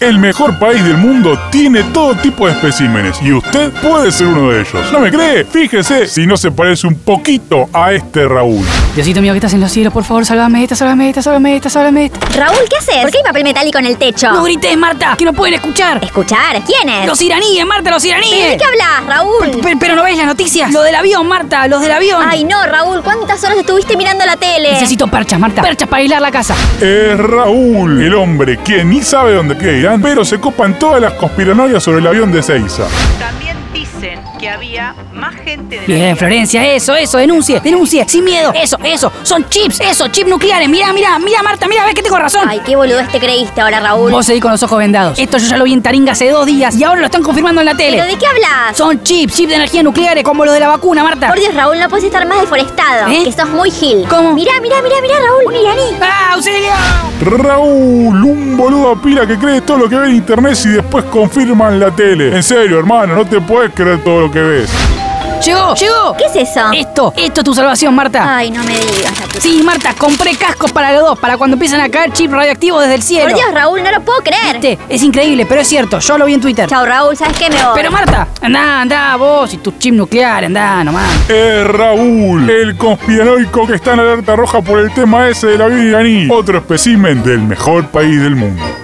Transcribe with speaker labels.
Speaker 1: El mejor país del mundo tiene todo tipo de especímenes y usted puede ser uno de ellos. ¿No me cree? Fíjese si no se parece un poquito a este Raúl.
Speaker 2: Diosito mío que estás en los cielos, por favor, salvame de esta, salvame de esta, salvame de esta, salvame de esta.
Speaker 3: Raúl, ¿qué haces? ¿Por qué hay papel metálico en el techo?
Speaker 2: No grites, Marta, que no pueden escuchar.
Speaker 3: Escuchar, ¿quién es?
Speaker 2: Los iraníes, Marta, los
Speaker 3: ¿Pero ¿De
Speaker 2: iraníes.
Speaker 3: qué hablas, Raúl?
Speaker 2: Pero, pero no ves las noticias. Lo del avión, Marta, los del avión.
Speaker 3: Ay, no, Raúl, ¿cuántas horas estuviste mirando la tele?
Speaker 2: Necesito perchas, Marta. Perchas para aislar la casa.
Speaker 1: Es Raúl, el hombre que ni sabe dónde queda Irán, pero se copan todas las conspiranoias sobre el avión de Seiza.
Speaker 4: También dicen que había más gente de la
Speaker 2: Bien,
Speaker 4: que-
Speaker 2: Florencia, eso, eso, denuncie, denuncie, sin miedo. Eso, eso, son chips, eso, chips nucleares. Mirá, mirá, mirá, Marta, mirá, ves que tengo razón.
Speaker 3: Ay, qué boludo este creíste ahora, Raúl.
Speaker 2: Vos seguís con los ojos vendados. Esto yo ya lo vi en Taringa hace dos días y ahora lo están confirmando en la
Speaker 3: ¿Pero
Speaker 2: tele.
Speaker 3: de qué hablas?
Speaker 2: Son chips, chips de energía nucleares, como lo de la vacuna, Marta.
Speaker 3: Por Dios, Raúl, no puedes estar más deforestado.
Speaker 2: ¿Eh?
Speaker 3: Que sos muy gil.
Speaker 2: ¿Cómo?
Speaker 3: Mirá, mirá, mirá, mirá, Raúl, un iraní.
Speaker 2: ¡Ah, auxilio!
Speaker 1: Raúl, un boludo a pila que cree todo lo que ve en internet y después confirma en la tele. En serio, hermano, no te puedes creer todo lo que ves.
Speaker 2: Llegó, llegó.
Speaker 3: ¿Qué es eso?
Speaker 2: Esto, esto es tu salvación, Marta.
Speaker 3: Ay, no me digas. la puta.
Speaker 2: Sí, Marta, compré cascos para los dos, para cuando empiezan a caer chips radioactivos desde el cielo.
Speaker 3: Por Dios, Raúl, no lo puedo creer.
Speaker 2: Este, es increíble, pero es cierto, yo lo vi en Twitter.
Speaker 3: Chao, Raúl, ¿sabes qué? Me voy.
Speaker 2: Pero Marta, andá, andá vos y tus chips nucleares, andá nomás.
Speaker 1: Es Eh, Raúl, el conspiranoico que está en alerta roja por el tema ese del avión iraní. Otro espécimen del mejor país del mundo.